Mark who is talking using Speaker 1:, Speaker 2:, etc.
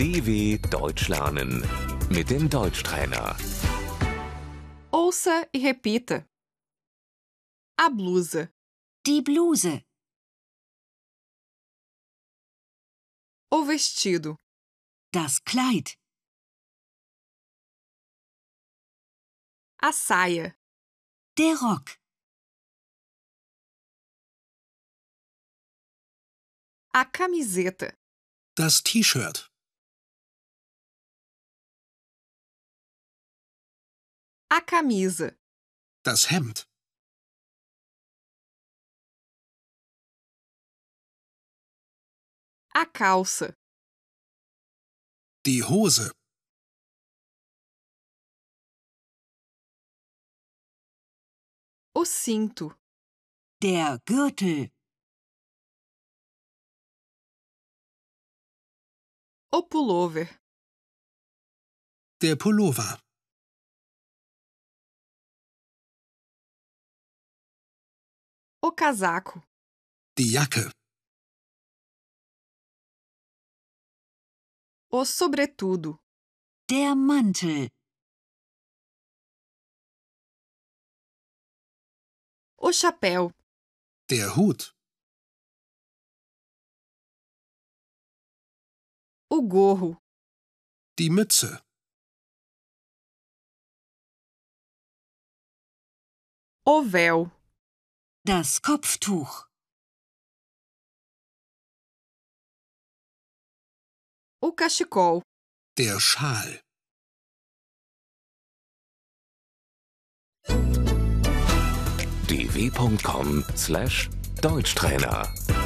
Speaker 1: DW Deutsch lernen mit dem Deutschtrainer.
Speaker 2: Ouça e repita. A blusa,
Speaker 3: Die Bluse,
Speaker 2: o vestido,
Speaker 3: das Kleid,
Speaker 2: a saia,
Speaker 3: der Rock,
Speaker 2: a camiseta,
Speaker 4: Das T-Shirt.
Speaker 2: a camisa,
Speaker 4: Das Hemd.
Speaker 2: a calça,
Speaker 4: Die Hose.
Speaker 2: o cinto,
Speaker 3: der Gürtel,
Speaker 2: o pullover,
Speaker 4: Der Pullover.
Speaker 2: o casaco,
Speaker 4: Die Jacke.
Speaker 2: o sobretudo,
Speaker 3: der Mantel,
Speaker 2: o chapéu,
Speaker 4: Der Hut.
Speaker 2: o gorro,
Speaker 4: Die Mütze.
Speaker 2: o véu,
Speaker 3: das Kopftuch,
Speaker 2: o cachecol,
Speaker 4: Der Schal.
Speaker 1: dw.com/deutschtrainer